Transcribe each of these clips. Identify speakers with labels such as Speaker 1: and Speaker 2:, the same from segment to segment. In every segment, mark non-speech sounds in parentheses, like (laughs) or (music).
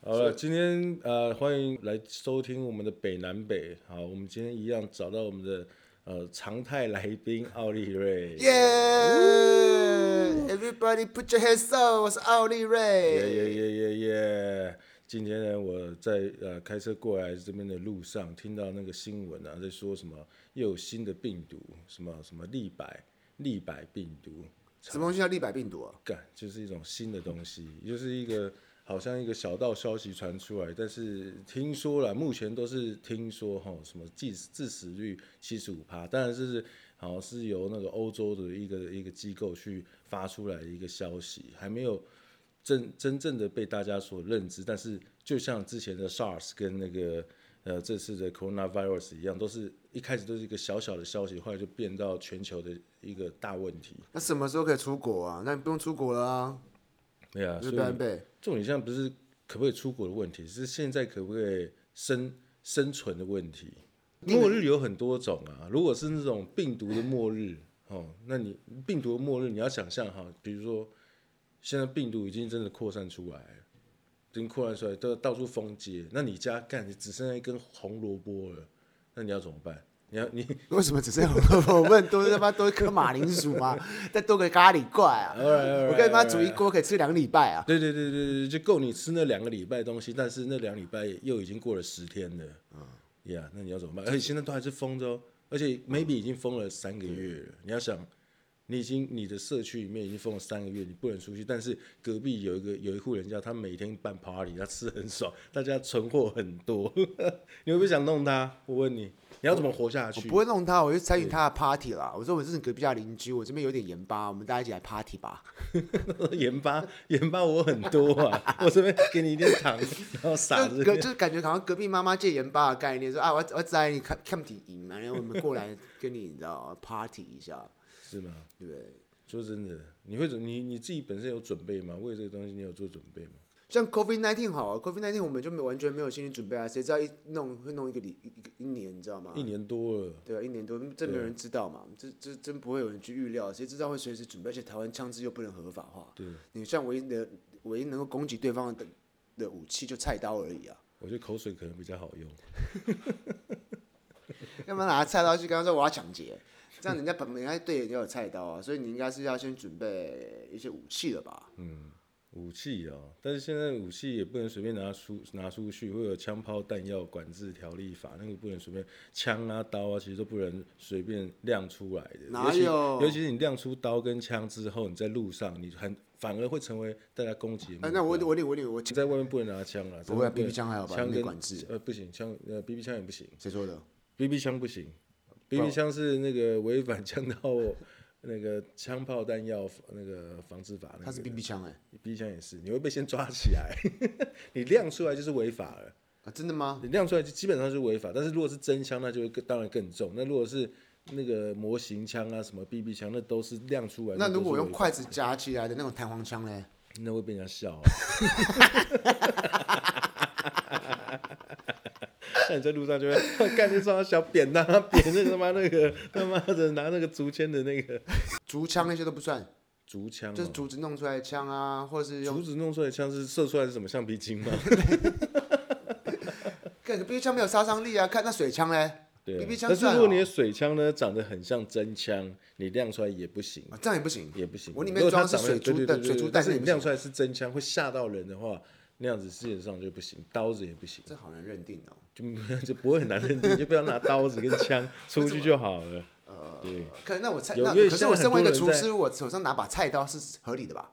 Speaker 1: 好了，今天呃，欢迎来收听我们的北南北。好，我们今天一样找到我们的呃常态来宾奥利瑞。
Speaker 2: Yeah! Everybody put your hands up！我是奥利
Speaker 1: 耶
Speaker 2: 瑞。
Speaker 1: 耶耶耶耶！今天呢，我在呃开车过来这边的路上，听到那个新闻啊，在说什么又有新的病毒，什么什么立百立百病毒，
Speaker 2: 什么东西叫立百病毒啊？
Speaker 1: 干就是一种新的东西，就是一个好像一个小道消息传出来，但是听说了，目前都是听说哈，什么致死致死率七十五趴，当然是好像是由那个欧洲的一个一个机构去发出来的一个消息，还没有真真正的被大家所认知。但是就像之前的 SARS 跟那个呃这次的 coronavirus 一样，都是一开始都是一个小小的消息，后来就变到全球的一个大问题。
Speaker 2: 那什么时候可以出国啊？那你不用出国了啊，
Speaker 1: 对啊，
Speaker 2: 就是
Speaker 1: 所
Speaker 2: 北
Speaker 1: 以。
Speaker 2: 南北。
Speaker 1: 重点现在不是可不可以出国的问题，是现在可不可以生生存的问题。末日有很多种啊，如果是那种病毒的末日，哦，那你病毒的末日，你要想象哈，比如说现在病毒已经真的扩散出来了，已经扩散出来，都到处封街，那你家干你只剩下一根红萝卜了，那你要怎么办？你要你
Speaker 2: 为什么只剩红萝卜？我问多他妈多一颗马铃薯吗？再多个咖喱怪啊！我跟他妈煮一锅可以吃两个礼拜啊！
Speaker 1: 对对对对对，就够你吃那两个礼拜东西，但是那两礼拜又已经过了十天了，嗯，呀，那你要怎么办？而且现在都还是封着哦，而且 maybe 已经封了三个月了。你要想，你已经你的社区里面已经封了三个月，你不能出去，但是隔壁有一个有一户人家，他每天办 party，他吃得很爽，大家存货很多， (laughs) 你会不会想弄他？我问你，你要怎么活下
Speaker 2: 我
Speaker 1: 去
Speaker 2: 不？会弄他，我就参与他的 party 啦。我说我是你隔壁家邻居，我这边有点盐巴，我们大家一起来 party 吧。
Speaker 1: (laughs) 盐巴盐巴我很多啊，我这边给你一点糖，然后
Speaker 2: (laughs)
Speaker 1: 撒
Speaker 2: 就
Speaker 1: 着。
Speaker 2: 隔就是感觉好像隔壁妈妈借盐巴的概念，说啊，我我在你看看不起赢嘛，然后我们过来跟你你知道 party 一下，
Speaker 1: 是吗？
Speaker 2: 对不对？
Speaker 1: 说真的，你会准你你自己本身有准备吗？为这个东西你有做准备吗？
Speaker 2: 像 COVID nineteen 好啊，COVID nineteen 我们就没完全没有心理准备啊，谁知道一弄会弄一个礼一一一年，你知道吗？
Speaker 1: 一年多了，
Speaker 2: 对啊，一年多，这没有人知道嘛，这这真不会有人去预料，谁知道会随时准备？而且台湾枪支又不能合法化，
Speaker 1: 对，
Speaker 2: 你像唯一的唯一能够攻击对方的的武器就菜刀而已啊，
Speaker 1: 我觉得口水可能比较好用。
Speaker 2: (laughs) 要不然拿菜刀去跟他说我要抢劫，这样人家本本来对人家有菜刀啊，所以你应该是要先准备一些武器了吧？
Speaker 1: 嗯武器啊、但是现在武器也不能随便拿出拿出去，会有枪炮弹药管制条例法，那个不能随便枪啊刀啊，其实都不能随便亮出来的。
Speaker 2: 哪
Speaker 1: 尤其
Speaker 2: 有
Speaker 1: 尤其是你亮出刀跟枪之后，你在路上你很反而会成为大家攻击的目标。，
Speaker 2: 啊那我我我我我
Speaker 1: 你在外面不能拿枪啊，
Speaker 2: 不会
Speaker 1: 在外
Speaker 2: 啊
Speaker 1: 面
Speaker 2: BB 枪还好吧
Speaker 1: 枪
Speaker 2: 没
Speaker 1: 跟
Speaker 2: 管制
Speaker 1: 呃不行，枪呃 BB 枪也不行。
Speaker 2: 谁说的？
Speaker 1: BB 枪不行，BB 枪是那个违反枪炮那个枪炮弹药那个防治法那
Speaker 2: 他是
Speaker 1: 个
Speaker 2: BB 枪哎、
Speaker 1: ，BB 枪也是，你会被先抓起来， (laughs) 你亮出来就是违法了，
Speaker 2: 啊，真的吗？
Speaker 1: 你亮出来就基本上是违法，但是如果是真枪，那就会更当然更重，那如果是那个模型枪啊什么 BB 枪，那都是亮出来，
Speaker 2: 那如果
Speaker 1: 都是
Speaker 2: 我用
Speaker 1: 违
Speaker 2: 筷子夹起来的那种弹簧枪呢？
Speaker 1: 那会被人家笑、啊。 (laughs) 那你在路上就会 (laughs) 干那双小扁担啊， (laughs) 扁那个他妈那个他妈的拿那个竹签的那个
Speaker 2: 竹枪那些都不算，
Speaker 1: (laughs) 竹枪、
Speaker 2: 就是
Speaker 1: 哦，
Speaker 2: 竹子弄出来的枪啊，或是用
Speaker 1: 竹子弄出来的枪是射出来是什么橡皮筋吗？
Speaker 2: 干 BB 枪没有杀伤力啊，看那水枪嘞
Speaker 1: (laughs) 对啊、
Speaker 2: ，BB 枪
Speaker 1: 但是
Speaker 2: 算
Speaker 1: 如果
Speaker 2: 哦
Speaker 1: 你的水枪呢长得很像真枪，你亮出来也不行，
Speaker 2: 啊，这样也不行。
Speaker 1: 也不行。
Speaker 2: 我里面
Speaker 1: 如果它
Speaker 2: 装的是
Speaker 1: 长得
Speaker 2: 水珠
Speaker 1: 对对
Speaker 2: 弹
Speaker 1: 对对
Speaker 2: 水珠
Speaker 1: 对
Speaker 2: 弹
Speaker 1: 但是
Speaker 2: 也
Speaker 1: 你
Speaker 2: 不
Speaker 1: 亮出来是真枪，会吓到人的话，那样子基本上就不行，刀子也不行。
Speaker 2: 这好难认定哦。
Speaker 1: 就就 (laughs) 不会很难
Speaker 2: (laughs)
Speaker 1: 认定，就不要拿刀子跟枪 (laughs) 出去就好了。
Speaker 2: 啊
Speaker 1: 对，
Speaker 2: 可那我菜，
Speaker 1: 有
Speaker 2: 那
Speaker 1: 因为
Speaker 2: 可是
Speaker 1: 现在
Speaker 2: 我
Speaker 1: 很
Speaker 2: 身为一
Speaker 1: 多
Speaker 2: 个
Speaker 1: 人
Speaker 2: 厨
Speaker 1: 在
Speaker 2: 师，我手上拿把菜刀是合理的吧？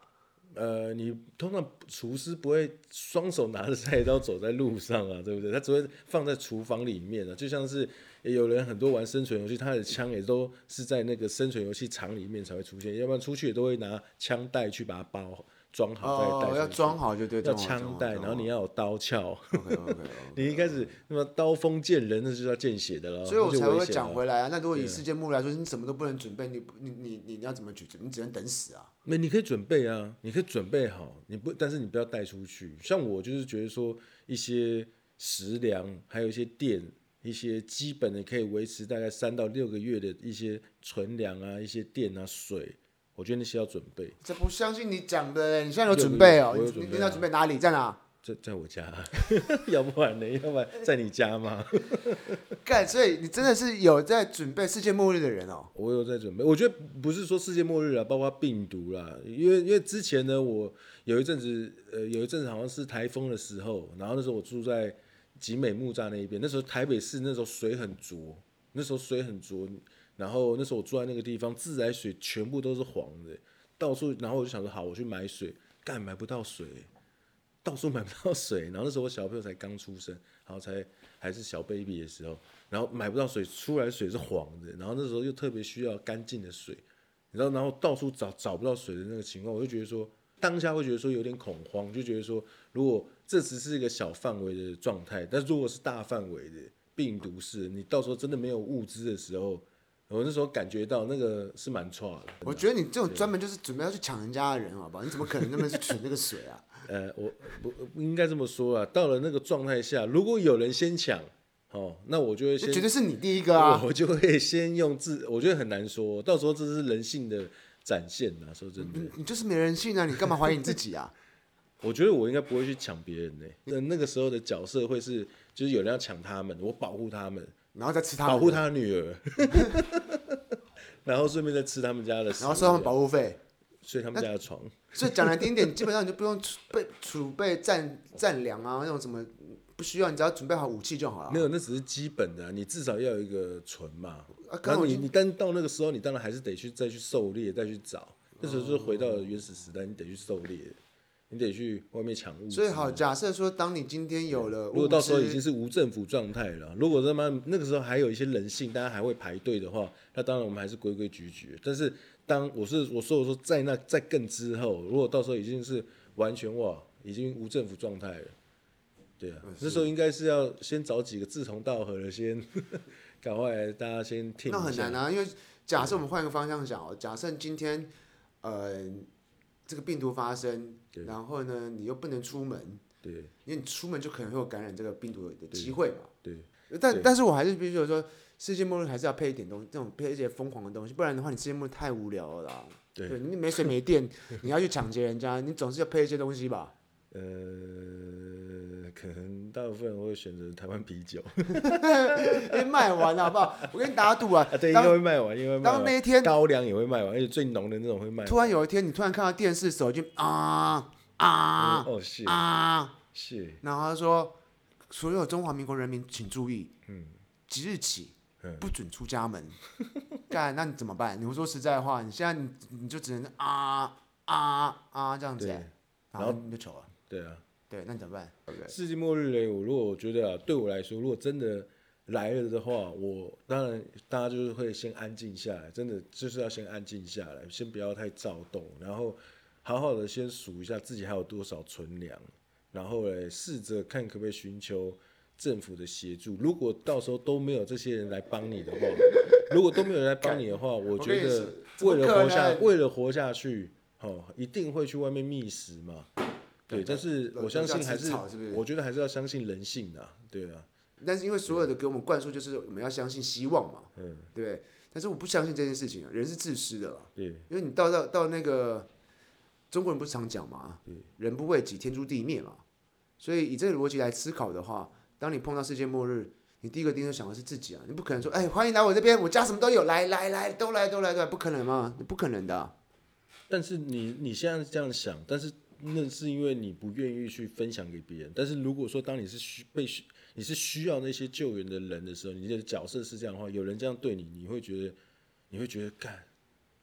Speaker 1: 呃，你通常厨师不会双手拿着菜刀走在路上啊， (laughs) 对不对？他只会放在厨房里面啊，就像是也有人很多玩生存游戏，他的枪也都是在那个生存游戏场里面才会出现，要不然出去也都会拿枪带去把它包装好再带出
Speaker 2: 哦，
Speaker 1: 去。
Speaker 2: 要装好就对，
Speaker 1: 要
Speaker 2: 装好
Speaker 1: 枪带，然后你要有刀鞘。
Speaker 2: OK OK 。
Speaker 1: (laughs)
Speaker 2: (laughs)
Speaker 1: 你一开始那么刀锋见人，那就是要见血的了，
Speaker 2: 哦所以我
Speaker 1: 哦那就
Speaker 2: 才
Speaker 1: 危
Speaker 2: 会
Speaker 1: 险了
Speaker 2: 讲回来啊。那如果以世界末日来说，你什么都不能准备，你你你你要怎么去准？你只能等死啊！
Speaker 1: 那你可以准备啊，你可以准备好，你不，但是你不要带出去。像我就是觉得说，一些食粮，还有一些电，一些基本的可以维持大概三到六个月的一些存粮啊，一些电啊、水，我觉得那些要准备。
Speaker 2: 这不相信你讲的，你现在有
Speaker 1: 有
Speaker 2: 准备
Speaker 1: 有
Speaker 2: 哦？
Speaker 1: 我有
Speaker 2: 你
Speaker 1: 准
Speaker 2: 你
Speaker 1: 备
Speaker 2: 你要
Speaker 1: 啊
Speaker 2: 准备哪里？在哪？
Speaker 1: 在在我家，啊 (laughs) 要不然呢？要不然在你家吗？
Speaker 2: 干，所以你真的是有在准备世界末日的人哦。
Speaker 1: 我有在准备，我觉得不是说世界末日啊，包括病毒啦，因为因为之前呢，我有一阵子，呃，有一阵子好像是台风的时候，然后那时候我住在集美木栅那一边，那时候台北市那时候水很浊，那时候水很浊，然后那时候我住在那个地方，自来水全部都是黄的，到处，然后我就想说，好，我去买水，干买不到水，欸到处买不到水，欸然后那时候我小朋友才刚出生，然后才还是小 baby 的时候，然后买不到水，出来水是黄的，然后那时候又特别需要干净的水，你知道，然后到处找找不到水的那个情况，我就觉得说，当下会觉得说有点恐慌，就觉得说，如果这只是一个小范围的状态，但如果是大范围的病毒式，你到时候真的没有物资的时候，我那时候感觉到那个是蛮差的。
Speaker 2: 我觉得你这种专门就是准备要去抢人家的人，好不好？你怎么可能那么去存那个
Speaker 1: (laughs)
Speaker 2: 水啊？
Speaker 1: 呃，我不不应该这么说啊，到了那个状态下，如果有人先抢，哦，那我就会先
Speaker 2: 这绝对是你第一个啊！
Speaker 1: 我就会先用自，我觉得很难说，到时候这是人性的展现呐、说真的，
Speaker 2: 你你就是没人性啊！你干嘛怀疑你自己啊？
Speaker 1: 我觉得我应该不会去抢别人呢、那那个时候的角色会是，就是有人要抢他们，我保护他们，
Speaker 2: 然后再吃他
Speaker 1: 保
Speaker 2: 们，
Speaker 1: 护他女
Speaker 2: (laughs)
Speaker 1: 儿，然后顺便再吃他们家的食物，
Speaker 2: 然后收他们保护费。
Speaker 1: 睡他们家的床。
Speaker 2: 所以讲难听一点，基本上你就不用储备储备战战粮啊，那种什么不需要，你只要准备好武器就好了。
Speaker 1: 没有，那只是基本的啊、你至少要有一个存嘛。
Speaker 2: 啊可
Speaker 1: 然
Speaker 2: 是
Speaker 1: 后
Speaker 2: 我
Speaker 1: 你你但到那个时候，你当然还是得去再去狩猎，再去找。那时候就是回到原始时代，你得去狩猎，你得去外面抢物资。
Speaker 2: 所以好，假设说，当你今天有了，
Speaker 1: 嗯如果到时候已经是无政府状态了，如果他妈那个时候还有一些人性，大家还会排队的话，那当然我们还是规规矩矩。但是当我是我说我说在那在更之后，如果到时候已经是完全哇，已经无政府状态了，对啊，那时候应该是要先找几个志同道合的先， (laughs) 赶快来大家先听
Speaker 2: 那
Speaker 1: 一
Speaker 2: 很
Speaker 1: 下
Speaker 2: 难。啊，因为假设我们换一个方向想哦，假设今天，呃，这个病毒发生，然后呢，你又不能出门，
Speaker 1: 对
Speaker 2: 因为你出门就可能会有感染这个病毒的机会嘛。
Speaker 1: 对，
Speaker 2: 但但是我还是必须有说，世界末日还是要配一点东西，这种配一些疯狂的东西，不然的话你世界末日太无聊了啦。
Speaker 1: 对
Speaker 2: 你没水没电， (laughs) 你要去抢劫人家，你总是要配一些东西吧？
Speaker 1: 呃，可能大部分人会选择台湾啤
Speaker 2: (laughs)
Speaker 1: 酒
Speaker 2: 因为卖完了好不好？我跟你打赌啊
Speaker 1: 啊，，对，应该
Speaker 2: 当
Speaker 1: 会卖完，应该会卖
Speaker 2: 当
Speaker 1: 完。
Speaker 2: 那一天
Speaker 1: 高粱也会卖完，而且最浓的那种会卖完。
Speaker 2: 突然有一天，你突然看到电视手机啊啊
Speaker 1: 哦，是
Speaker 2: 啊，
Speaker 1: 是，
Speaker 2: 然后他说：“所有中华民国人民请注意，
Speaker 1: 嗯
Speaker 2: 即日起不准出家门。 (laughs) 干，那你怎么办？你说实在话，你现在你你就只能啊啊啊这样子
Speaker 1: 对
Speaker 2: 欸，然后你就糗了。
Speaker 1: 对啊。
Speaker 2: 对，那你怎么办？
Speaker 1: 世界末日嘞，我如果我觉得啊，对我来说，如果真的来了的话，我当然大家就是会先安静下来，真的就是要先安静下来，先不要太躁动，然后好好的先数一下自己还有多少存粮，然后嘞，试着看可不可以寻求。政府的协助，如果到时候都没有这些人来帮你的话，如果都没有人来帮你的话，我觉
Speaker 2: 跟你
Speaker 1: 得
Speaker 2: 说怎
Speaker 1: 为
Speaker 2: 么
Speaker 1: 了
Speaker 2: 可
Speaker 1: 活下，
Speaker 2: 能
Speaker 1: 为了活下去，哦，一定会去外面觅食嘛。对，但是
Speaker 2: 老
Speaker 1: 我相信还是
Speaker 2: 老叫吃草是不是
Speaker 1: 我觉得还是要相信人性的、啊，对啊，
Speaker 2: 但是因为所有的给我们灌输就是我们要相信希望嘛，
Speaker 1: 嗯，
Speaker 2: 对不对？但是我不相信这件事情啊，人是自私的啦。
Speaker 1: 对
Speaker 2: 因为你到到到那个中国人不是常讲嘛，人不为己，天诛地灭嘛。所以以这个逻辑来思考的话，当你碰到世界末日，你第一个第一个想的是自己啊，你不可能说，哎，欢迎来我这边，我家什么都有，来来来，都来都来都来，不可能嘛，不可能的啊、
Speaker 1: 但是你你现在是这样想，但是那是因为你不愿意去分享给别人。但是如果说当你是需被需你是需要那些救援的人的时候，你的角色是这样的话，有人这样对你，你会觉得你会觉得干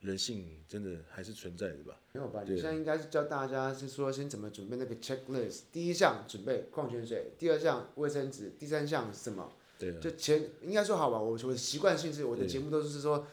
Speaker 1: 人性真的还是存在的吧？
Speaker 2: 没有吧？你
Speaker 1: 对
Speaker 2: 现在应该是教大家是说先怎么准备那个 checklist，第一项准备矿泉水，第二项卫生纸，第三项是什么？
Speaker 1: 对啊，
Speaker 2: 就前应该说好吧，我我的习惯性是我的节目都是说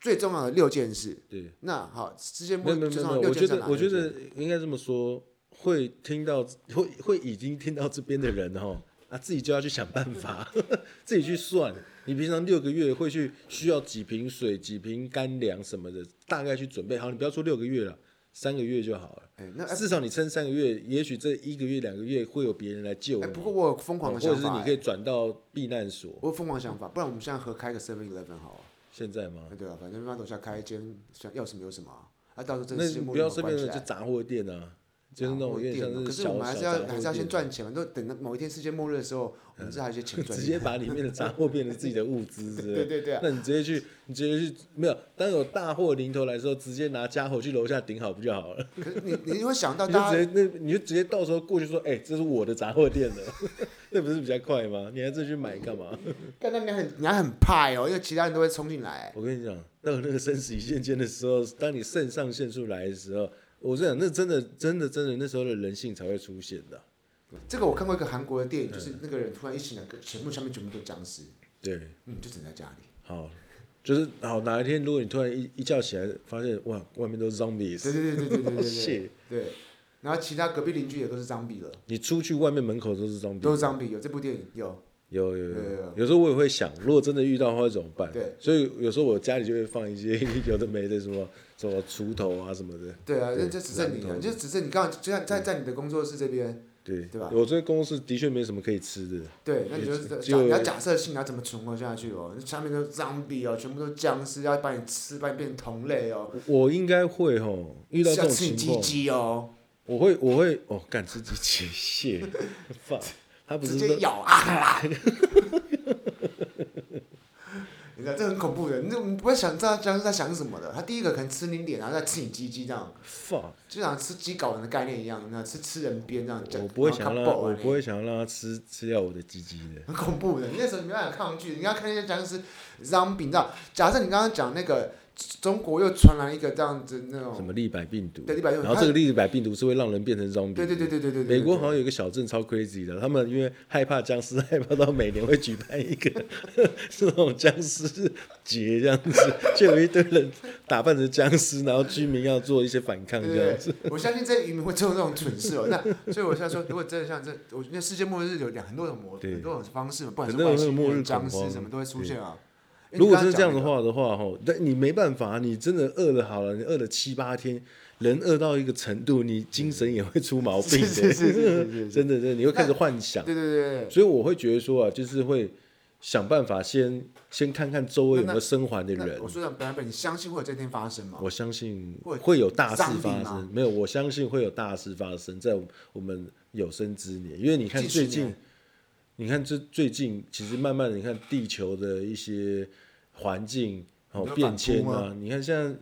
Speaker 2: 最重要的六件事。
Speaker 1: 对。
Speaker 2: 那好，世界
Speaker 1: 没
Speaker 2: 末
Speaker 1: 有没
Speaker 2: 日
Speaker 1: 有没有
Speaker 2: 最重
Speaker 1: 没
Speaker 2: 要
Speaker 1: 有，
Speaker 2: 的六
Speaker 1: 我觉
Speaker 2: 件是
Speaker 1: 得
Speaker 2: 哪
Speaker 1: 我
Speaker 2: 六
Speaker 1: 觉
Speaker 2: 件？
Speaker 1: 得应该这么说，会听到会会已经听到这边的人哦，啊自己就要去想办法， (laughs) 自己去算。你平常六个月会去需要几瓶水、几瓶干粮什么的，大概去准备好。你不要说六个月了，三个月就好了。
Speaker 2: 哎，那哎
Speaker 1: 至少你撑三个月，也许这一个月、两个月会有别人来救你，
Speaker 2: 哎，不过我有疯狂
Speaker 1: 哦
Speaker 2: 的
Speaker 1: 或
Speaker 2: 想
Speaker 1: 者是
Speaker 2: 法，
Speaker 1: 你可以转到避难所。
Speaker 2: 我有疯狂的想法，不然我们现在合开个 Seven Eleven 好了。
Speaker 1: 现在吗？
Speaker 2: 哎对啊，反正他妈楼下开一间，想要什么有什么啊。啊，到时候真
Speaker 1: 那
Speaker 2: 的世界
Speaker 1: 你
Speaker 2: 末
Speaker 1: 不
Speaker 2: 日
Speaker 1: 要
Speaker 2: 我们
Speaker 1: 随
Speaker 2: 关
Speaker 1: 便
Speaker 2: 起
Speaker 1: 就
Speaker 2: 来。
Speaker 1: 杂货店啊，就是那种有点像
Speaker 2: 可
Speaker 1: 是
Speaker 2: 是我们
Speaker 1: 小
Speaker 2: 还是
Speaker 1: 小
Speaker 2: 要
Speaker 1: 杂
Speaker 2: 还是要
Speaker 1: 货
Speaker 2: 先
Speaker 1: 店，
Speaker 2: 赚钱嘛，都等到某一天世界末日的时候，我们这还有一些钱赚
Speaker 1: 直
Speaker 2: 进来。
Speaker 1: 接把里面的杂货变成自己的物资， (laughs) 之类的
Speaker 2: 对对对啊
Speaker 1: 那你直接去，你直接去，没有，当有大祸临头来的时候，直接拿家伙去楼下顶好不就好了？
Speaker 2: 可是你你会想到
Speaker 1: 你就
Speaker 2: 大家
Speaker 1: 直接那你就直接到时候过去说，哎、这是我的杂货店的， (laughs) 那不是比较快吗？你还自己去买干嘛？
Speaker 2: 干，那你还很你还很怕哦，因为其他人都会冲进
Speaker 1: (laughs)
Speaker 2: 来。
Speaker 1: 我跟你讲，到那个生死一线间的时候，当你肾上腺素来的时候，我是讲，那真的真的真的那时候的人性才会出现的。
Speaker 2: 这个我看过一个韩国的电影，就是那个人突然一醒来，全部下面全部都僵尸，
Speaker 1: 对，
Speaker 2: 嗯，就整在家里。
Speaker 1: 好，就是好哪一天，如果你突然一一觉起来，发现哇，外面都是
Speaker 2: 对
Speaker 1: zombies，
Speaker 2: 对对对对对对对
Speaker 1: 哦 Shit
Speaker 2: 对。然后其他隔壁邻居也都是脏逼了，
Speaker 1: 你出去外面门口都是 zombies，
Speaker 2: 都是脏逼。有这部电影有，
Speaker 1: 有有有
Speaker 2: 对对，
Speaker 1: 有时候我也会想，如果真的遇到的话怎么办？
Speaker 2: 对，
Speaker 1: 所以有时候我家里就会放一些 (laughs) 有的没的什么什么锄头啊什么的。
Speaker 2: 对啊，
Speaker 1: 对
Speaker 2: 那就只剩你了，就只剩你刚好就像在
Speaker 1: 嗯
Speaker 2: 在你的工作室这边，
Speaker 1: 对，
Speaker 2: 对吧
Speaker 1: 我这公司的确没什么可以吃的，
Speaker 2: 对，那你就是
Speaker 1: 就
Speaker 2: 假你要假设性，你要怎么存活下去哦？那下面都是脏逼哦，全部都是僵尸，要把你吃，把你变成同类哦，
Speaker 1: 我应该会吼，遇到这
Speaker 2: 要
Speaker 1: 种
Speaker 2: 吃
Speaker 1: 情
Speaker 2: 你鸡
Speaker 1: 况，
Speaker 2: 鸡哦，
Speaker 1: 我会我会哦，干自己解 (laughs) 蟹，放他不
Speaker 2: 直
Speaker 1: 是
Speaker 2: 接
Speaker 1: 说
Speaker 2: 咬啊 (laughs) 啦！你知道这很恐怖的，你就你不会想知道僵尸在想什么的。他第一个可能吃你脸，然后再吃你鸡鸡这样，
Speaker 1: 放，
Speaker 2: 就像吃鸡睾人的概念一样，那吃吃人边这样。
Speaker 1: 我不会想
Speaker 2: 然
Speaker 1: 让他
Speaker 2: 后它爆啊
Speaker 1: 我不会想要让他吃吃掉我的鸡鸡的。
Speaker 2: 很恐怖的。你那时候你没办法抗拒，你要看那些僵尸 zombie，你知道？假设你刚刚讲那个中国又传来一个这样子那
Speaker 1: 什
Speaker 2: 种，
Speaker 1: 么立百病毒，
Speaker 2: 对立百病毒
Speaker 1: 然后这个立百病毒是会让人变成 zombie。
Speaker 2: 对对对对对对对，
Speaker 1: 美国好像有一个小镇超 crazy 的，他们因为害怕僵尸， (laughs) 害怕到每年会举办一个是那种僵尸节这样子，就有一堆人打扮成僵尸，然后居民要做一些反抗
Speaker 2: 对
Speaker 1: 这样
Speaker 2: 对
Speaker 1: 子。
Speaker 2: 对，我相信这些渔民会做这种蠢
Speaker 1: (laughs)
Speaker 2: 事哦。那所以我现在说，如果真的像这，我觉得世界末日有两很多种模，
Speaker 1: 对
Speaker 2: 很多种方式嘛，不管
Speaker 1: 很
Speaker 2: 是
Speaker 1: 多
Speaker 2: 外
Speaker 1: 种
Speaker 2: 星
Speaker 1: 末日
Speaker 2: 人、僵
Speaker 1: 恐
Speaker 2: 尸
Speaker 1: 慌
Speaker 2: 什么都会出现啊。因为
Speaker 1: 如
Speaker 2: 你
Speaker 1: 果
Speaker 2: 刚刚
Speaker 1: 是这样
Speaker 2: 讲
Speaker 1: 的
Speaker 2: 那
Speaker 1: 话
Speaker 2: 个，
Speaker 1: 的话，吼，但你没办法，啊你真的饿了好了，你饿了七八天，人饿到一个程度，你精神也会出毛病的，
Speaker 2: 是是是是是
Speaker 1: (laughs)
Speaker 2: 是
Speaker 1: 真的，真的，你会开始幻想。
Speaker 2: 对对对
Speaker 1: 所以我会觉得说啊，就是会想办法先先看看周围有没有生还的
Speaker 2: 对，
Speaker 1: 人
Speaker 2: 那我。说的本来本，你相信会有这天发生吗？
Speaker 1: 我相信
Speaker 2: 会
Speaker 1: 会有大事
Speaker 2: 丧命
Speaker 1: 发
Speaker 2: 吗
Speaker 1: 生，没有，我相信会有大事发生在我们有生之年，因为你看
Speaker 2: 近
Speaker 1: 最
Speaker 2: 十
Speaker 1: 近
Speaker 2: 年，
Speaker 1: 你看这最近其实慢慢的，你看地球的一些环境哦
Speaker 2: 你说
Speaker 1: 变
Speaker 2: 反
Speaker 1: 迁
Speaker 2: 扑
Speaker 1: 啊，你看现在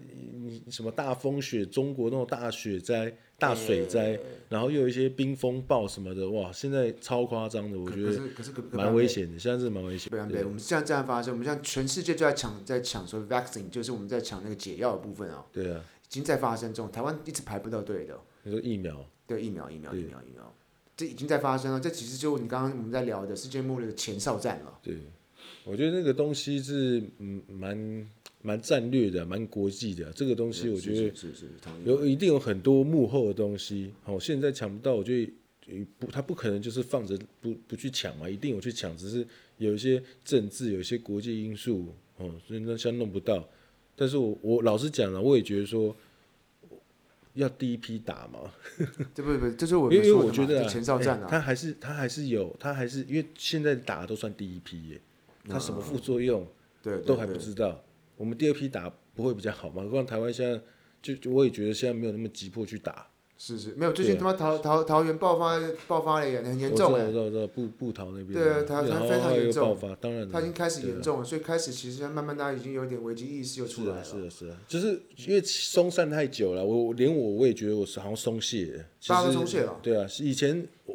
Speaker 1: 你什么大风雪，中国那种大雪灾、大水灾，然后又有一些冰风暴什么的，哇，现在超夸张的，我
Speaker 2: 可
Speaker 1: 觉
Speaker 2: 可
Speaker 1: 得
Speaker 2: 是可是可可
Speaker 1: 蛮危险的，现在是蛮危险
Speaker 2: 北
Speaker 1: 的
Speaker 2: 南。啊北，我们现在这样发生，我们现在全世界就在抢，在抢说 vaccine，就是我们在抢那个解药的部分啊、
Speaker 1: 对啊，
Speaker 2: 已经在发生中。台湾一直排不到队的，
Speaker 1: 你说疫苗，
Speaker 2: 对疫苗、疫苗、
Speaker 1: 对
Speaker 2: 疫苗、疫苗，这已经在发生了。这其实就你刚刚我们在聊的世界末日的前哨战了。
Speaker 1: 对，我觉得那个东西是嗯蛮蛮战略的，啊蛮国际的。这个东西我觉得
Speaker 2: 嗯是是是是同意。
Speaker 1: 有一定有很多幕后的东西。好、现在抢不到，我觉得也不，他不可能就是放着不不去抢嘛，一定有去抢，只是有一些政治，有一些国际因素，哦，所以那像弄不到。但是我我老实讲啊了，我也觉得说。要第一批打嘛，
Speaker 2: 这不不，这就是我
Speaker 1: 因
Speaker 2: 们
Speaker 1: 为因为
Speaker 2: 说的
Speaker 1: 我
Speaker 2: 嘛，
Speaker 1: 觉得、
Speaker 2: 就
Speaker 1: 啊、
Speaker 2: 前哨战啊。
Speaker 1: 哎他还是他还是有，他还是因为现在打的都算第一批耶，他什么副作用，
Speaker 2: 对，啊对
Speaker 1: 都还不
Speaker 2: 对
Speaker 1: 知道。我们第二批打不会比较好吗？何况台湾现在就就我也觉得现在没有那么急迫去打。
Speaker 2: 是是没有。最近他妈桃桃桃园爆发爆发了也很严
Speaker 1: 啊我
Speaker 2: 重
Speaker 1: 知道
Speaker 2: 哎
Speaker 1: 我知，道我知道布布桃那边
Speaker 2: 对啊
Speaker 1: 然
Speaker 2: 台
Speaker 1: 后
Speaker 2: 台非常
Speaker 1: 还有
Speaker 2: 严重
Speaker 1: 爆发，当然了
Speaker 2: 他已经开始
Speaker 1: 对啊
Speaker 2: 严重了，所以开始其实慢慢大家已经有点危机意识又出
Speaker 1: 是
Speaker 2: 来
Speaker 1: 啊
Speaker 2: 了。
Speaker 1: 是啊是啊，就是因为松散太久了，我我连我我也觉得我是好像松懈了，其
Speaker 2: 大家都
Speaker 1: 实
Speaker 2: 松懈了
Speaker 1: 对啊，是以前我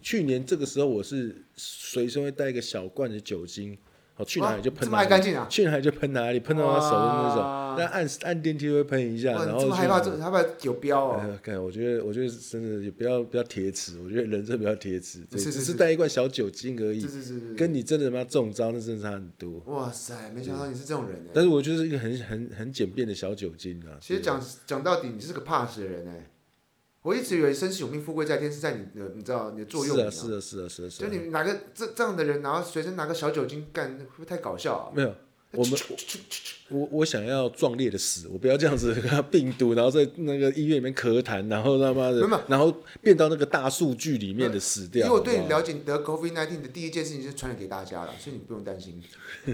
Speaker 1: 去年这个时候我是随身会带一个小罐的酒精。哦，去哪里就
Speaker 2: 哇
Speaker 1: 喷
Speaker 2: 这么
Speaker 1: 哪
Speaker 2: 爱
Speaker 1: 里，
Speaker 2: 干净啊
Speaker 1: 去哪里就喷哪里，喷到他手的那种
Speaker 2: 哇。
Speaker 1: 但按按电梯会喷一下，
Speaker 2: 哇，
Speaker 1: 然
Speaker 2: 你
Speaker 1: 后
Speaker 2: 这么
Speaker 1: 去
Speaker 2: 害怕，
Speaker 1: 哪
Speaker 2: 这害怕有标哦。
Speaker 1: 哎呀，看，我觉得，我觉得真的也不要不要铁齿，我觉得人真的不要铁齿，对
Speaker 2: 是是
Speaker 1: 只是
Speaker 2: 是
Speaker 1: 带一罐小酒精而已
Speaker 2: 是，是是是。
Speaker 1: 跟你真的他妈中招那真的差很多。
Speaker 2: 哇塞，没想到你是这种人哎、
Speaker 1: 但是我就是一个很很很简便的小酒精啊，
Speaker 2: 其实讲讲到底，你是个怕死的人哎、我一直以为生死有命、富贵在天是在你的，你知道你的座右
Speaker 1: 是
Speaker 2: 铭、
Speaker 1: 啊是啊是啊是啊是
Speaker 2: 就
Speaker 1: 啊，
Speaker 2: 你拿个这这样的人，然后随身拿个小酒精干，会不会太搞笑啊？
Speaker 1: 没有，我们我我想要壮烈的死，我不要这样子跟他病毒，然后在那个医院里面咳痰，然后他妈的
Speaker 2: 没有没有，
Speaker 1: 然后变到那个大数据里面的死
Speaker 2: 因
Speaker 1: 掉。
Speaker 2: 为我
Speaker 1: 好不好
Speaker 2: 对你了解，你得 COVID 1 9的第一件事情就是传染给大家了，所以你不用
Speaker 1: (laughs)
Speaker 2: 担心。
Speaker 1: 啊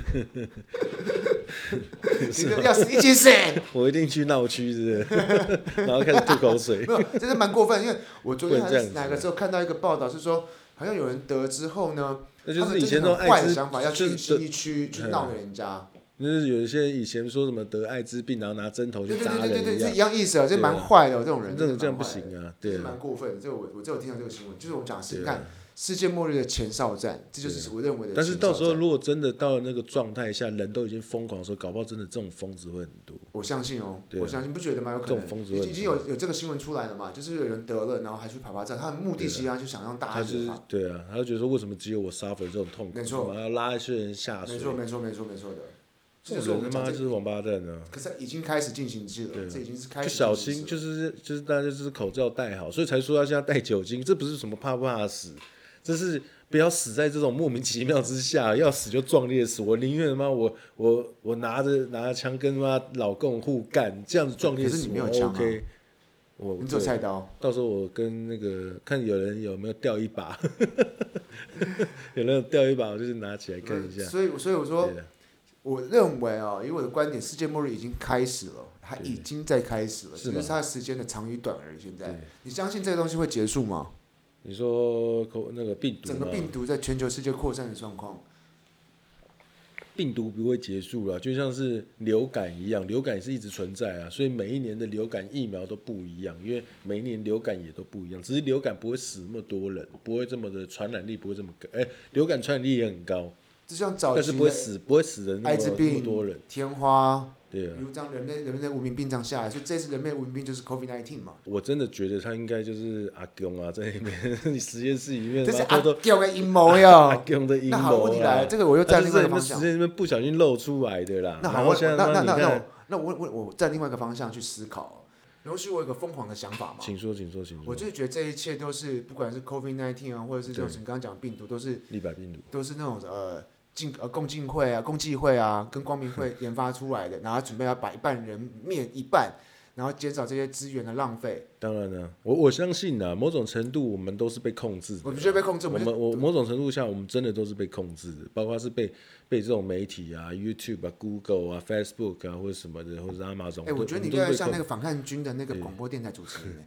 Speaker 2: 你们要死一起死！
Speaker 1: (laughs) 我一定去闹区，是
Speaker 2: (laughs)
Speaker 1: 不是？然后开始吐口水。
Speaker 2: 没有，真的蛮过分。因为我昨天
Speaker 1: 不能
Speaker 2: 还
Speaker 1: 这样
Speaker 2: 是
Speaker 1: 子啊
Speaker 2: 哪个时候看到一个报道，是说好像有人得之后呢，
Speaker 1: 那就
Speaker 2: 他
Speaker 1: 是
Speaker 2: 们
Speaker 1: 以前
Speaker 2: 真
Speaker 1: 那
Speaker 2: 的
Speaker 1: 种
Speaker 2: 很坏
Speaker 1: 艾
Speaker 2: 的
Speaker 1: 滋，
Speaker 2: 想法，要
Speaker 1: 就
Speaker 2: 去
Speaker 1: 是嗯
Speaker 2: 新一区去闹人家。
Speaker 1: 就是有一些以前说什么得艾滋病，然后拿针头
Speaker 2: 对
Speaker 1: 去
Speaker 2: 对
Speaker 1: 扎
Speaker 2: 对对
Speaker 1: 人
Speaker 2: 对，
Speaker 1: 一
Speaker 2: 是
Speaker 1: 样
Speaker 2: 一，样意思啊，这蛮
Speaker 1: 对啊
Speaker 2: 坏的哦，这种人
Speaker 1: 这
Speaker 2: 真的
Speaker 1: 种这样
Speaker 2: 蛮
Speaker 1: 不
Speaker 2: 坏的
Speaker 1: 行啊，
Speaker 2: 这
Speaker 1: 对
Speaker 2: 是
Speaker 1: 啊，
Speaker 2: 蛮过分的。这个我我只有听到这个新闻，就是我们讲的是，
Speaker 1: 对啊啊
Speaker 2: 你看世界末日的前哨战，这就是我认为的前哨战。
Speaker 1: 但是到时候如果真的到了那个状态下，人都已经疯狂的时候，搞不好真的这种疯子会很多。
Speaker 2: 我相信哦，
Speaker 1: 对啊
Speaker 2: 我相信不觉得吗？有可
Speaker 1: 这
Speaker 2: 能
Speaker 1: 种疯子会
Speaker 2: 已经已经有有这个新闻出来了嘛，就是有人得了，然后还去爬爬站，他的目的实际上就想让大
Speaker 1: 啊他
Speaker 2: 家
Speaker 1: 就是
Speaker 2: 觉得
Speaker 1: 对啊，他就觉得说为什么只有我 suffer 这种痛苦，
Speaker 2: 没错
Speaker 1: 我要拉一些人下
Speaker 2: 他
Speaker 1: 水
Speaker 2: 没，错没错没错没错的，这
Speaker 1: 这
Speaker 2: 就是我
Speaker 1: 种人
Speaker 2: 们
Speaker 1: 他
Speaker 2: 讲
Speaker 1: 妈
Speaker 2: 这
Speaker 1: 就是王八蛋啊！
Speaker 2: 可是已经开始进行式
Speaker 1: 对
Speaker 2: 了，
Speaker 1: 啊
Speaker 2: 这已经是开
Speaker 1: 就
Speaker 2: 始
Speaker 1: 小
Speaker 2: 进
Speaker 1: 心，
Speaker 2: 行式了
Speaker 1: 就是就是大家就是口罩戴好，所以才说要现在戴酒精，这不是什么怕不怕死，这是不要死在这种莫名其妙之下， (laughs) 要死就壮烈死。我宁愿他妈我我我拿着拿着枪跟他妈老共互干，这样子壮烈
Speaker 2: 可是
Speaker 1: 死
Speaker 2: 你没有
Speaker 1: 我
Speaker 2: 枪啊
Speaker 1: OK。我
Speaker 2: 你只有
Speaker 1: 对
Speaker 2: 菜刀，
Speaker 1: 到时候我跟那个看有人有没有掉一把， (laughs) 有人有掉一把，我就是拿起来看一下。
Speaker 2: 所以所以我说，
Speaker 1: 对啊
Speaker 2: 我认为哦，以我的观点，世界末日已经开始了，它已经在开始了，
Speaker 1: 是
Speaker 2: 只
Speaker 1: 吗
Speaker 2: 是它的时间的长与短而已。现
Speaker 1: 对
Speaker 2: 在，你相信这个东西会结束吗？
Speaker 1: 你说口那个病毒
Speaker 2: 整个
Speaker 1: 吗
Speaker 2: 病毒在全球世界扩散的状况，
Speaker 1: 病毒不会结束了，就像是流感一样，流感是一直存在啊，所以每一年的流感疫苗都不一样，因为每一年流感也都不一样，只是流感不会死那么多人，不会这么的传染力不会这么高，哎、流感传染力也很高，
Speaker 2: 就像早
Speaker 1: 但
Speaker 2: 期
Speaker 1: 是不会
Speaker 2: 的
Speaker 1: 死不会死人那
Speaker 2: 艾滋
Speaker 1: 么那
Speaker 2: 病
Speaker 1: 么多人，
Speaker 2: 天花，
Speaker 1: 对啊
Speaker 2: 比，如这样人类人类的文明病这样下来，所以这次人类文明病就是 COVID 1 9嘛。
Speaker 1: 我真的觉得他应该就是阿公啊，在那边 (laughs) 你实验室里面，
Speaker 2: 这是
Speaker 1: 然后
Speaker 2: 阿
Speaker 1: 偷偷
Speaker 2: 掉个阴谋
Speaker 1: 阿
Speaker 2: 哟。
Speaker 1: 公的阴谋、
Speaker 2: 那
Speaker 1: 啊，
Speaker 2: 好，问题来了，这个我又
Speaker 1: 他
Speaker 2: 站
Speaker 1: 就
Speaker 2: 另
Speaker 1: 在
Speaker 2: 外一
Speaker 1: 你
Speaker 2: 个
Speaker 1: 们
Speaker 2: 方
Speaker 1: 实
Speaker 2: 向。
Speaker 1: 验里面不小心露出来的啦，
Speaker 2: 那
Speaker 1: 然
Speaker 2: 好，
Speaker 1: 后
Speaker 2: 我
Speaker 1: 现在
Speaker 2: 那
Speaker 1: 他妈
Speaker 2: 那
Speaker 1: 你
Speaker 2: 那那我
Speaker 1: 看，
Speaker 2: 那我我我站另外一个方向去思考，容许我有一个疯狂的想法嘛？
Speaker 1: 请说，请说，请
Speaker 2: 我
Speaker 1: 说，
Speaker 2: 就是觉得这一切都是，不管是 COVID 1 9啊，或者是这种
Speaker 1: 对
Speaker 2: 你刚刚讲的病毒，都是
Speaker 1: 立白病毒。
Speaker 2: 都是那种呃进呃共进会啊、共济会啊、跟光明
Speaker 1: (laughs)
Speaker 2: 会研发出来的，然后准备要把一半人灭一半，然后减少这些资源的浪费。
Speaker 1: 当然了，我我相信啊，某种程度我们都是被控制的。
Speaker 2: 我们就被控制，我
Speaker 1: 我
Speaker 2: 们
Speaker 1: 们
Speaker 2: 就
Speaker 1: 我某种程度下，我们真的都是被控制的，包括是被被这种媒体啊、YouTube 啊、Google 啊、Facebook 啊，或者什么的，或者是 Amazon
Speaker 2: 哎、
Speaker 1: 都。
Speaker 2: 我觉得你
Speaker 1: 们都
Speaker 2: 越
Speaker 1: 是
Speaker 2: 来
Speaker 1: 被
Speaker 2: 越像
Speaker 1: 控
Speaker 2: 那个反叛军的那个广播电台主持
Speaker 1: (laughs)
Speaker 2: 人，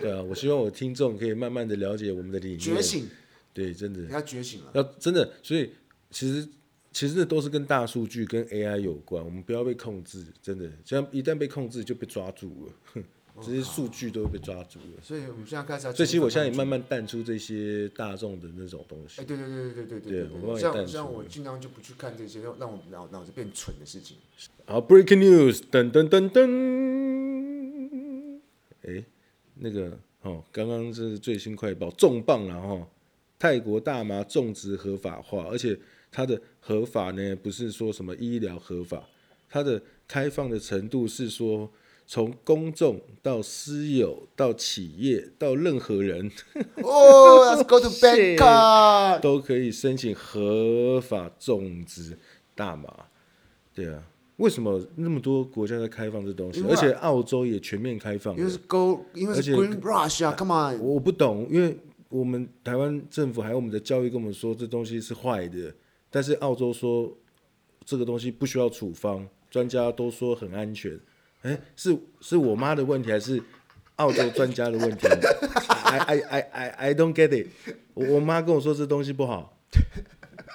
Speaker 1: 对啊，我希望我听众可以慢慢的了解我们的理念。
Speaker 2: 觉醒，
Speaker 1: 对，真的
Speaker 2: 你要觉醒了。
Speaker 1: 要真的，所以其实其实这都是跟大数据跟 AI 有关，我们不要被控制，真的，这样一旦被控制就被抓住了，哼这些数据都会被抓住了。
Speaker 2: 所以我们现在开始要。
Speaker 1: 所以其实我现在也慢。慢淡出这些大众的那种东西
Speaker 2: 哎，。对对对对
Speaker 1: 对
Speaker 2: 对对
Speaker 1: 我
Speaker 2: 对
Speaker 1: 慢慢
Speaker 2: 对，像
Speaker 1: 淡
Speaker 2: 像
Speaker 1: 出
Speaker 2: 我尽量就不去看这些，让让我脑脑子变蠢的事情。
Speaker 1: 好，Breaking News，噔噔噔噔。哎，那个哦，刚刚这是最新快报，重磅了哈、哦！泰国大麻种植合法化，而且它的合法呢，不是说什么医疗合法，它的开放的程度是说，从公众到私有到企业到任何人
Speaker 2: 哦，Let's go
Speaker 1: (laughs)
Speaker 2: to
Speaker 1: Shit
Speaker 2: Bangkok。
Speaker 1: 都可以申请合法种植大麻。对啊，为什么那么多国家在开放这东西
Speaker 2: 因？为
Speaker 1: 而且澳洲也全面开放了
Speaker 2: 因。为是 Go，因为
Speaker 1: 而且
Speaker 2: 是 Green Rush 啊，Come on。
Speaker 1: 我我不懂，因为我们台湾政府还有我们的教育跟我们说这东西是坏的，但是澳洲说这个东西不需要处方，专家都说很安全。哎、是是我妈的问题还是澳洲专家的问题 (laughs) ？I I I I I don't get it 我。我妈跟我说这东西不好，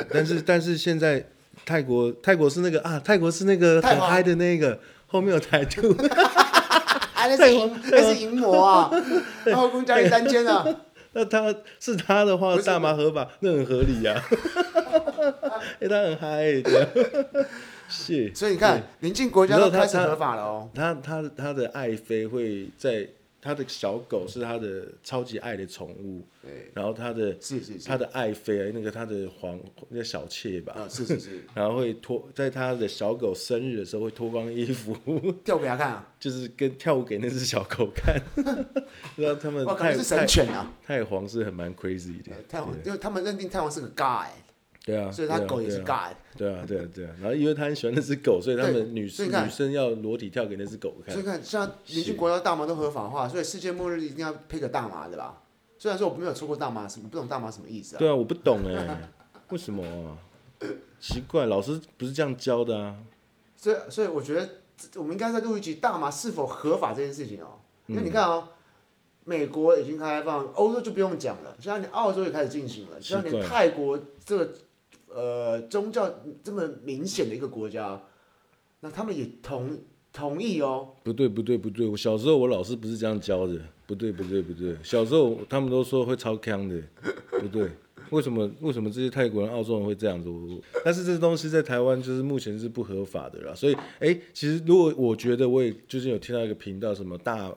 Speaker 1: 但是但是现在泰国泰国是那个啊，泰国是那个
Speaker 2: 泰
Speaker 1: 很
Speaker 2: 皇
Speaker 1: 嗨的那个，后面有台柱。
Speaker 2: 啊，那是淫，那是淫魔
Speaker 1: (laughs)
Speaker 2: 啊！然后公家里三千啊，
Speaker 1: 那他是他的话，大麻合法，那很合理呀、
Speaker 2: (laughs)
Speaker 1: 啊。哎、他很嗨、欸，对啊是。
Speaker 2: 所以你看，邻近国家
Speaker 1: 你
Speaker 2: 都
Speaker 1: 知道他
Speaker 2: 开始
Speaker 1: 他
Speaker 2: 合法了哦。
Speaker 1: 他他他的爱妃会在他的小狗是他的超级爱的宠物，
Speaker 2: 对，
Speaker 1: 然后他的
Speaker 2: 是是是，
Speaker 1: 他的爱妃啊，那个他的皇那个小妾吧，
Speaker 2: 啊，是是是，
Speaker 1: 然后会脱在他的小狗生日的时候会脱光衣服， (laughs)
Speaker 2: 调给他看啊，
Speaker 1: 就是跟跳舞给那只小狗
Speaker 2: (laughs)
Speaker 1: 看，让他们
Speaker 2: 哇，可
Speaker 1: 太
Speaker 2: 能是神
Speaker 1: 太
Speaker 2: 犬啊！
Speaker 1: 太皇是很蛮 crazy 的
Speaker 2: 呃，太皇，因为他们认定太皇是个 guy，
Speaker 1: 对啊，
Speaker 2: 所以他
Speaker 1: 对啊
Speaker 2: 狗也是
Speaker 1: 对啊 (laughs)
Speaker 2: God，
Speaker 1: 对啊，对啊，对啊。然后因为他很喜欢那只狗，所以他
Speaker 2: 对
Speaker 1: 们女
Speaker 2: 所以
Speaker 1: 士
Speaker 2: 你看
Speaker 1: 女生要裸体跳给那只狗看
Speaker 2: 所以。看像邻居国家大麻都合法化，所以世界末日一定要配个大麻的吧？虽然说我没有抽过大麻，什么不懂大麻什么意思啊？
Speaker 1: 对啊，我不懂哎、为什么啊？奇怪，老师不是这样教的啊。
Speaker 2: 所以，所以我觉得这我们应该再录一集大麻是否合法这件事情哦。因为你看哦，美国已经开放，欧洲就不用讲了，现在连澳洲也开始进行了，
Speaker 1: 奇
Speaker 2: 现在
Speaker 1: 怪
Speaker 2: 连泰国这个呃宗教这么明显的一个国家，哦那他们也同同意哦。
Speaker 1: 不对，不对，不对，我小时候我老师不是这样教的。不对，不对，不对，小时候他们都说会超强的，不对。为什么为什么这些泰国人、澳洲人会这样子？我我但是这东西在台湾就是目前是不合法的啦，所以哎、其实如果我觉得我也最近有听到一个频道，什么大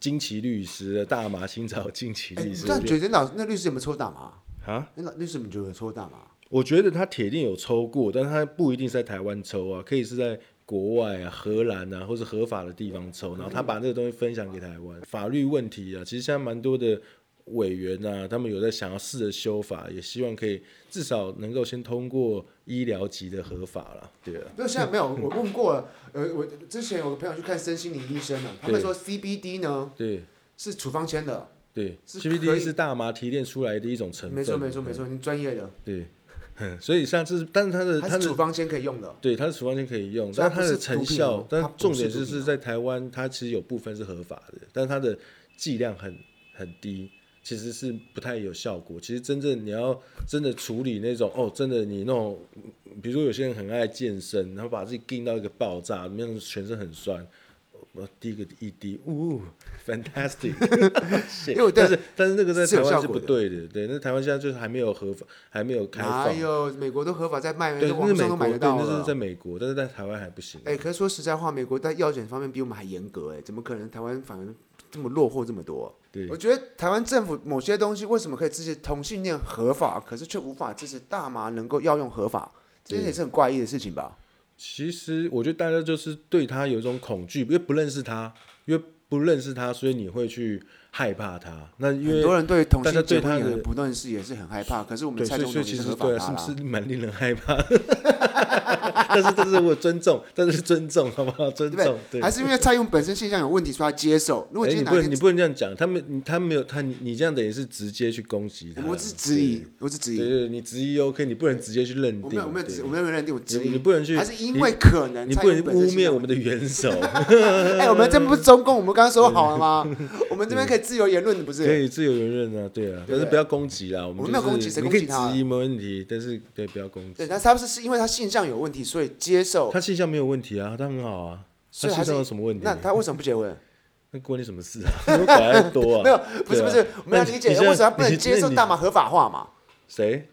Speaker 1: 惊奇律师、大麻新找惊奇
Speaker 2: 哎，
Speaker 1: 律
Speaker 2: 你
Speaker 1: 师
Speaker 2: 知道觉得老那律师有没有抽大麻？
Speaker 1: 啊，
Speaker 2: 那律师有没有抽大麻？
Speaker 1: 我觉得他铁定有抽过，但他不一定是在台湾抽啊，可以是在国外啊、荷兰啊，或是合法的地方抽，然后他把这个东西分享给台湾。法律问题啊，其实现在蛮多的委员啊，他们有在想要试着修法，也希望可以至少能够先通过医疗级的合法啦。对啊，
Speaker 2: 那现在没有，我问过了，呃，我之前有个朋友去看身心灵医生呢，他们
Speaker 1: 对
Speaker 2: 说 CBD 呢
Speaker 1: 对
Speaker 2: 是处方签的，
Speaker 1: 对
Speaker 2: 是可以
Speaker 1: ，CBD 是大麻提炼出来的一种成分，
Speaker 2: 没错没错没错，你专业的，
Speaker 1: 对， (laughs) 所以像这是，但是它的
Speaker 2: 它
Speaker 1: 它
Speaker 2: 是
Speaker 1: 的
Speaker 2: 处方先可以用的。
Speaker 1: 对，它的处方签可以用，
Speaker 2: 所
Speaker 1: 但
Speaker 2: 以
Speaker 1: 它
Speaker 2: 它不
Speaker 1: 的
Speaker 2: 是
Speaker 1: 成
Speaker 2: 毒品
Speaker 1: 效
Speaker 2: 哦，
Speaker 1: 但
Speaker 2: 它不
Speaker 1: 重
Speaker 2: 是
Speaker 1: 点
Speaker 2: 毒
Speaker 1: 就
Speaker 2: 品
Speaker 1: 是
Speaker 2: 哦
Speaker 1: 在台湾，它其实有部分是合法的，但它的剂量很很低，其实是不太有效果。其实真正你要真的处理那种哦，真的你那种，比如说有些人很爱健身，然后把自己盯到一个爆炸，那种全身很酸。我滴个一滴，呜，fantastic！ (laughs)
Speaker 2: 因为我
Speaker 1: 但是但是那个在
Speaker 2: 是有
Speaker 1: 台湾
Speaker 2: 效
Speaker 1: 是
Speaker 2: 果
Speaker 1: 不
Speaker 2: 的
Speaker 1: 对的，对，那台湾现在就是还没有合法，还没有开放
Speaker 2: 哪，有美国都合法在卖，
Speaker 1: 对，
Speaker 2: 网
Speaker 1: 那
Speaker 2: 络
Speaker 1: 是美
Speaker 2: 上
Speaker 1: 国，
Speaker 2: 都买
Speaker 1: 对，
Speaker 2: 得到
Speaker 1: 那是在
Speaker 2: 了。
Speaker 1: 美国，但是在台湾还不行。
Speaker 2: 哎，可是说实在话，美国在药检方面比我们还严格，哎，怎么可能台湾反而这么落后这么多？
Speaker 1: 对
Speaker 2: 我觉得台湾政府某些东西为什么可以支持同性恋合法，可是却无法支持大麻能够药用合法，这件也是很怪异的事情吧？
Speaker 1: 其实我觉得大家就是对他有一种恐惧，因为不认识他，因为不认识他，所以你会去害怕他。那因
Speaker 2: 很
Speaker 1: 为
Speaker 2: 多人对同
Speaker 1: 大家
Speaker 2: 性结
Speaker 1: 对他
Speaker 2: 婚也
Speaker 1: 的
Speaker 2: 很不认识，也是很害怕。可是我们
Speaker 1: 对，
Speaker 2: 蔡
Speaker 1: 所以
Speaker 2: 总
Speaker 1: 所
Speaker 2: 统
Speaker 1: 以其
Speaker 2: 也
Speaker 1: 实
Speaker 2: 合法
Speaker 1: 对、
Speaker 2: 的
Speaker 1: 啊，
Speaker 2: 啦
Speaker 1: 是是蛮令人害怕。但是但是我尊重，但是尊重好不好？尊
Speaker 2: 对
Speaker 1: 重
Speaker 2: 不
Speaker 1: 对
Speaker 2: 对？。还是因为蔡英文本身现象有问题，所以他接受。如果
Speaker 1: 哎
Speaker 2: 今，
Speaker 1: 你
Speaker 2: 天哪
Speaker 1: 不能
Speaker 2: 天
Speaker 1: 你不能这样讲，他们你他没有他你你这样等于是直接去攻击他。
Speaker 2: 我只是质疑，我只是质
Speaker 1: 对，
Speaker 2: 疑
Speaker 1: 对，对，你质疑 OK，你不能直接去认定。
Speaker 2: 我没有，我没有质，
Speaker 1: 对
Speaker 2: 我没有认定，我质
Speaker 1: 你你
Speaker 2: 疑，
Speaker 1: 不能去，
Speaker 2: 还是因为可能
Speaker 1: 你
Speaker 2: 蔡
Speaker 1: 不能去
Speaker 2: 英文本身
Speaker 1: 污
Speaker 2: 是这
Speaker 1: 蔑
Speaker 2: 样
Speaker 1: 我们的元
Speaker 2: (laughs)
Speaker 1: 首。
Speaker 2: 哎，我们这不是中共，我们刚刚说好
Speaker 1: (laughs)
Speaker 2: 了吗？我们这边可以自由言论的，不
Speaker 1: 可
Speaker 2: 是？
Speaker 1: 以自由言论啊，对啊，但是不要攻击啦，我们
Speaker 2: 我
Speaker 1: 就
Speaker 2: 没有攻击
Speaker 1: 是
Speaker 2: 谁
Speaker 1: 你
Speaker 2: 攻
Speaker 1: 可
Speaker 2: 击
Speaker 1: 以
Speaker 2: 他啊
Speaker 1: 质疑没问题，但是对不要攻击
Speaker 2: 对，。但是他是是因为他性向有问题，所以接受。
Speaker 1: 他形象没有问题啊，他很好啊，
Speaker 2: 所
Speaker 1: 他
Speaker 2: 以还
Speaker 1: 形
Speaker 2: 是
Speaker 1: 象有什么问题
Speaker 2: 那？他为什么不结
Speaker 1: (laughs)
Speaker 2: 婚？
Speaker 1: 那关你什么事啊？ (laughs) 你管太多啊！
Speaker 2: 没有，不是
Speaker 1: 对啊
Speaker 2: 不是，我们要理解
Speaker 1: 那你
Speaker 2: 为什么他
Speaker 1: 你
Speaker 2: 不能接受
Speaker 1: 那你
Speaker 2: 大麻合法化嘛？
Speaker 1: 谁？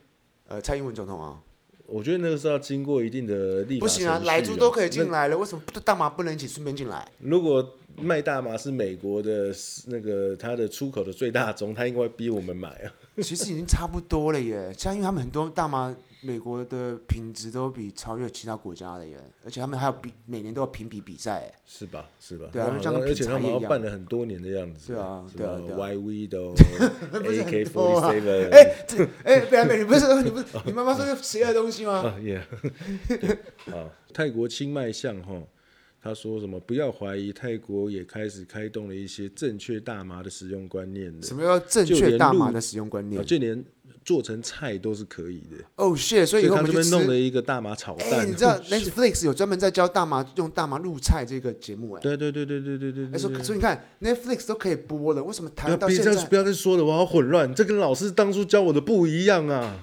Speaker 2: 呃，蔡英文总统啊，
Speaker 1: 我觉得那个是要经过一定的立法
Speaker 2: 不行啊，
Speaker 1: 程序
Speaker 2: 莱猪都可以
Speaker 1: 那
Speaker 2: 进来了，为什么不大麻不能一起顺便进来？
Speaker 1: 如果卖大麻是美国的那个它的出口的最大宗，他应该会逼我们买啊。
Speaker 2: 其实已经差不多了耶，像因为他们很多大麻，美国的品质都比超越其他国家的耶，而且他们还有比每年都要评比比赛耶，
Speaker 1: 是吧？是吧？
Speaker 2: 对啊
Speaker 1: 然后
Speaker 2: 像
Speaker 1: 好
Speaker 2: 跟
Speaker 1: 像而
Speaker 2: 品
Speaker 1: 且他
Speaker 2: 茶
Speaker 1: 们
Speaker 2: 叶
Speaker 1: 好
Speaker 2: 一
Speaker 1: 像
Speaker 2: 样
Speaker 1: 办了很多年的样子。
Speaker 2: 对啊
Speaker 1: 什
Speaker 2: 对啊
Speaker 1: 么
Speaker 2: 对啊
Speaker 1: Y V 的
Speaker 2: (laughs) 不是
Speaker 1: A
Speaker 2: 很
Speaker 1: K
Speaker 2: 多啊
Speaker 1: forty seven，
Speaker 2: (laughs) 哎这哎，北美，你不是说你不是你妈妈说邪恶东西吗？
Speaker 1: (laughs) 啊耶！啊，泰国清迈相哈，他说什么？不要怀疑，泰国也开始开动了一些正确大麻的使用观念的
Speaker 2: 什，么叫正
Speaker 1: 就
Speaker 2: 确
Speaker 1: 连
Speaker 2: 大麻
Speaker 1: 路
Speaker 2: 的使用观
Speaker 1: 啊
Speaker 2: 念？
Speaker 1: 就连做成菜都是可以的。
Speaker 2: 哦、shit！所以以
Speaker 1: 以
Speaker 2: 后我
Speaker 1: 他
Speaker 2: 们
Speaker 1: 这
Speaker 2: 去
Speaker 1: 边弄了
Speaker 2: 吃，
Speaker 1: 一个大麻炒
Speaker 2: 哎、
Speaker 1: 蛋
Speaker 2: 你，知
Speaker 1: (laughs)
Speaker 2: 道 (laughs) Netflix 有专门在教大麻用大麻入菜这个节目哎、
Speaker 1: 对对对对对对对
Speaker 2: 哎、
Speaker 1: 对
Speaker 2: 说
Speaker 1: 对。
Speaker 2: 所以你看 Netflix 都可以播了，为什么台
Speaker 1: 不要
Speaker 2: 湾到
Speaker 1: 别
Speaker 2: 现
Speaker 1: 这样，
Speaker 2: 在
Speaker 1: 不要再说了，我好混乱。这跟老师当初教我的不一样啊！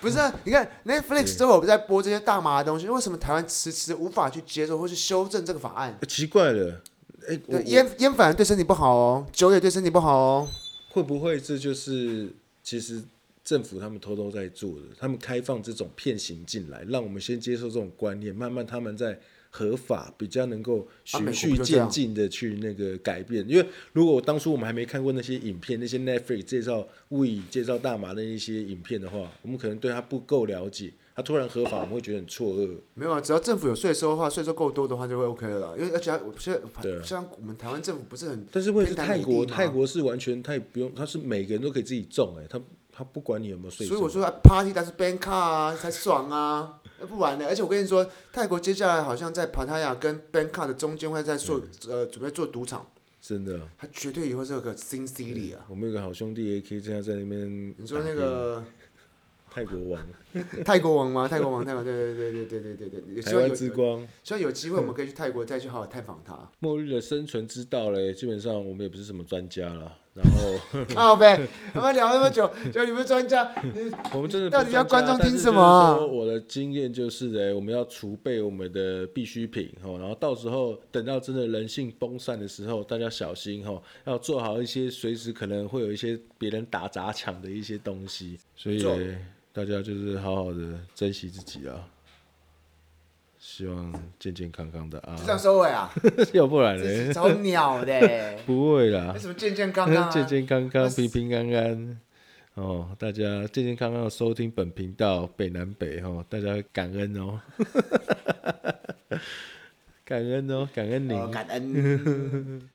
Speaker 2: 不是、啊，你看 Netflix 都有在播这些大麻的东西，为什么台湾迟迟无法去接受或是修正这个法案？
Speaker 1: 奇怪了，哎，我
Speaker 2: 对，烟烟反而对身体不好哦，酒也对身体不好哦。
Speaker 1: 会不会这就是其实政府他们偷偷在做的？他们开放这种骗行进来，让我们先接受这种观念，慢慢他们在合法比较能够
Speaker 2: 啊
Speaker 1: 循
Speaker 2: 美国
Speaker 1: 序
Speaker 2: 不就这样
Speaker 1: 渐进的去那个改变。因为如果当初我们还没看过那些影片，那些 Netflix 介绍物以介绍大麻的一些影片的话，我们可能对它不够了解。它突然合法，我们会觉得很错愕。
Speaker 2: 没有啊，只要政府有税收的话，税收够多的话就会 OK 了啦。因为而且我现
Speaker 1: 对
Speaker 2: 在
Speaker 1: 啊
Speaker 2: 像我们台湾政府不是很
Speaker 1: 但是问题是
Speaker 2: 偏袒
Speaker 1: 泰
Speaker 2: 美
Speaker 1: 国，
Speaker 2: 帝吗
Speaker 1: 泰国是完全它也不用，它是每个人都可以自己种、哎，它他不管你有没有税
Speaker 2: 所以我
Speaker 1: 收，
Speaker 2: 说啊，party 但是 bank car 啊才爽啊，那不然呢？而且我跟你说，泰国接下来好像在帕塔亚跟 bank car 的中间会在做、呃准备做赌场，
Speaker 1: 真的。
Speaker 2: 它绝对以后是个新 city 啊。
Speaker 1: 我们有个好兄弟 AK 现在在那边，
Speaker 2: 你说那个
Speaker 1: 泰国
Speaker 2: (laughs)
Speaker 1: 王，
Speaker 2: 泰国王吗？泰国王，泰国，对对对对对对对对，希
Speaker 1: 台
Speaker 2: 望
Speaker 1: 湾
Speaker 2: 有
Speaker 1: 之光。
Speaker 2: 希望有机会我们可以去泰国再去好好探访他。 (laughs)
Speaker 1: 末日的生存之道嘞，基本上我们也不是什么专家啦。然后
Speaker 2: 靠呗，他妈聊那么久，就你们专家，
Speaker 1: 我们真的不
Speaker 2: 到底要
Speaker 1: 专
Speaker 2: 观
Speaker 1: 家
Speaker 2: 众
Speaker 1: 但是
Speaker 2: 听
Speaker 1: 就是
Speaker 2: 什么啊
Speaker 1: 说我的经验就是嘞，我们要储备我们的必需品哦，然后到时候等到真的人性崩散的时候，大家小心哦，要做好一些随时可能会有一些别人打砸抢的一些东西。所以
Speaker 2: 做
Speaker 1: 嘞大家就是好好的珍惜自己啊，希望健健康康的啊
Speaker 2: 就这，样收尾啊？
Speaker 1: (laughs) 要不然
Speaker 2: 真
Speaker 1: 嘞
Speaker 2: 是超
Speaker 1: (laughs)
Speaker 2: 鸟的欸，
Speaker 1: 不会啦
Speaker 2: 为。什么健健康
Speaker 1: (laughs)
Speaker 2: 康
Speaker 1: 健
Speaker 2: 啊？
Speaker 1: 健康康、
Speaker 2: 那
Speaker 1: 平平安安。哦，大家健健康康的收听本频道北南北哦，大家感恩哦， (laughs) 感恩哦，感恩您。
Speaker 2: 哦感恩。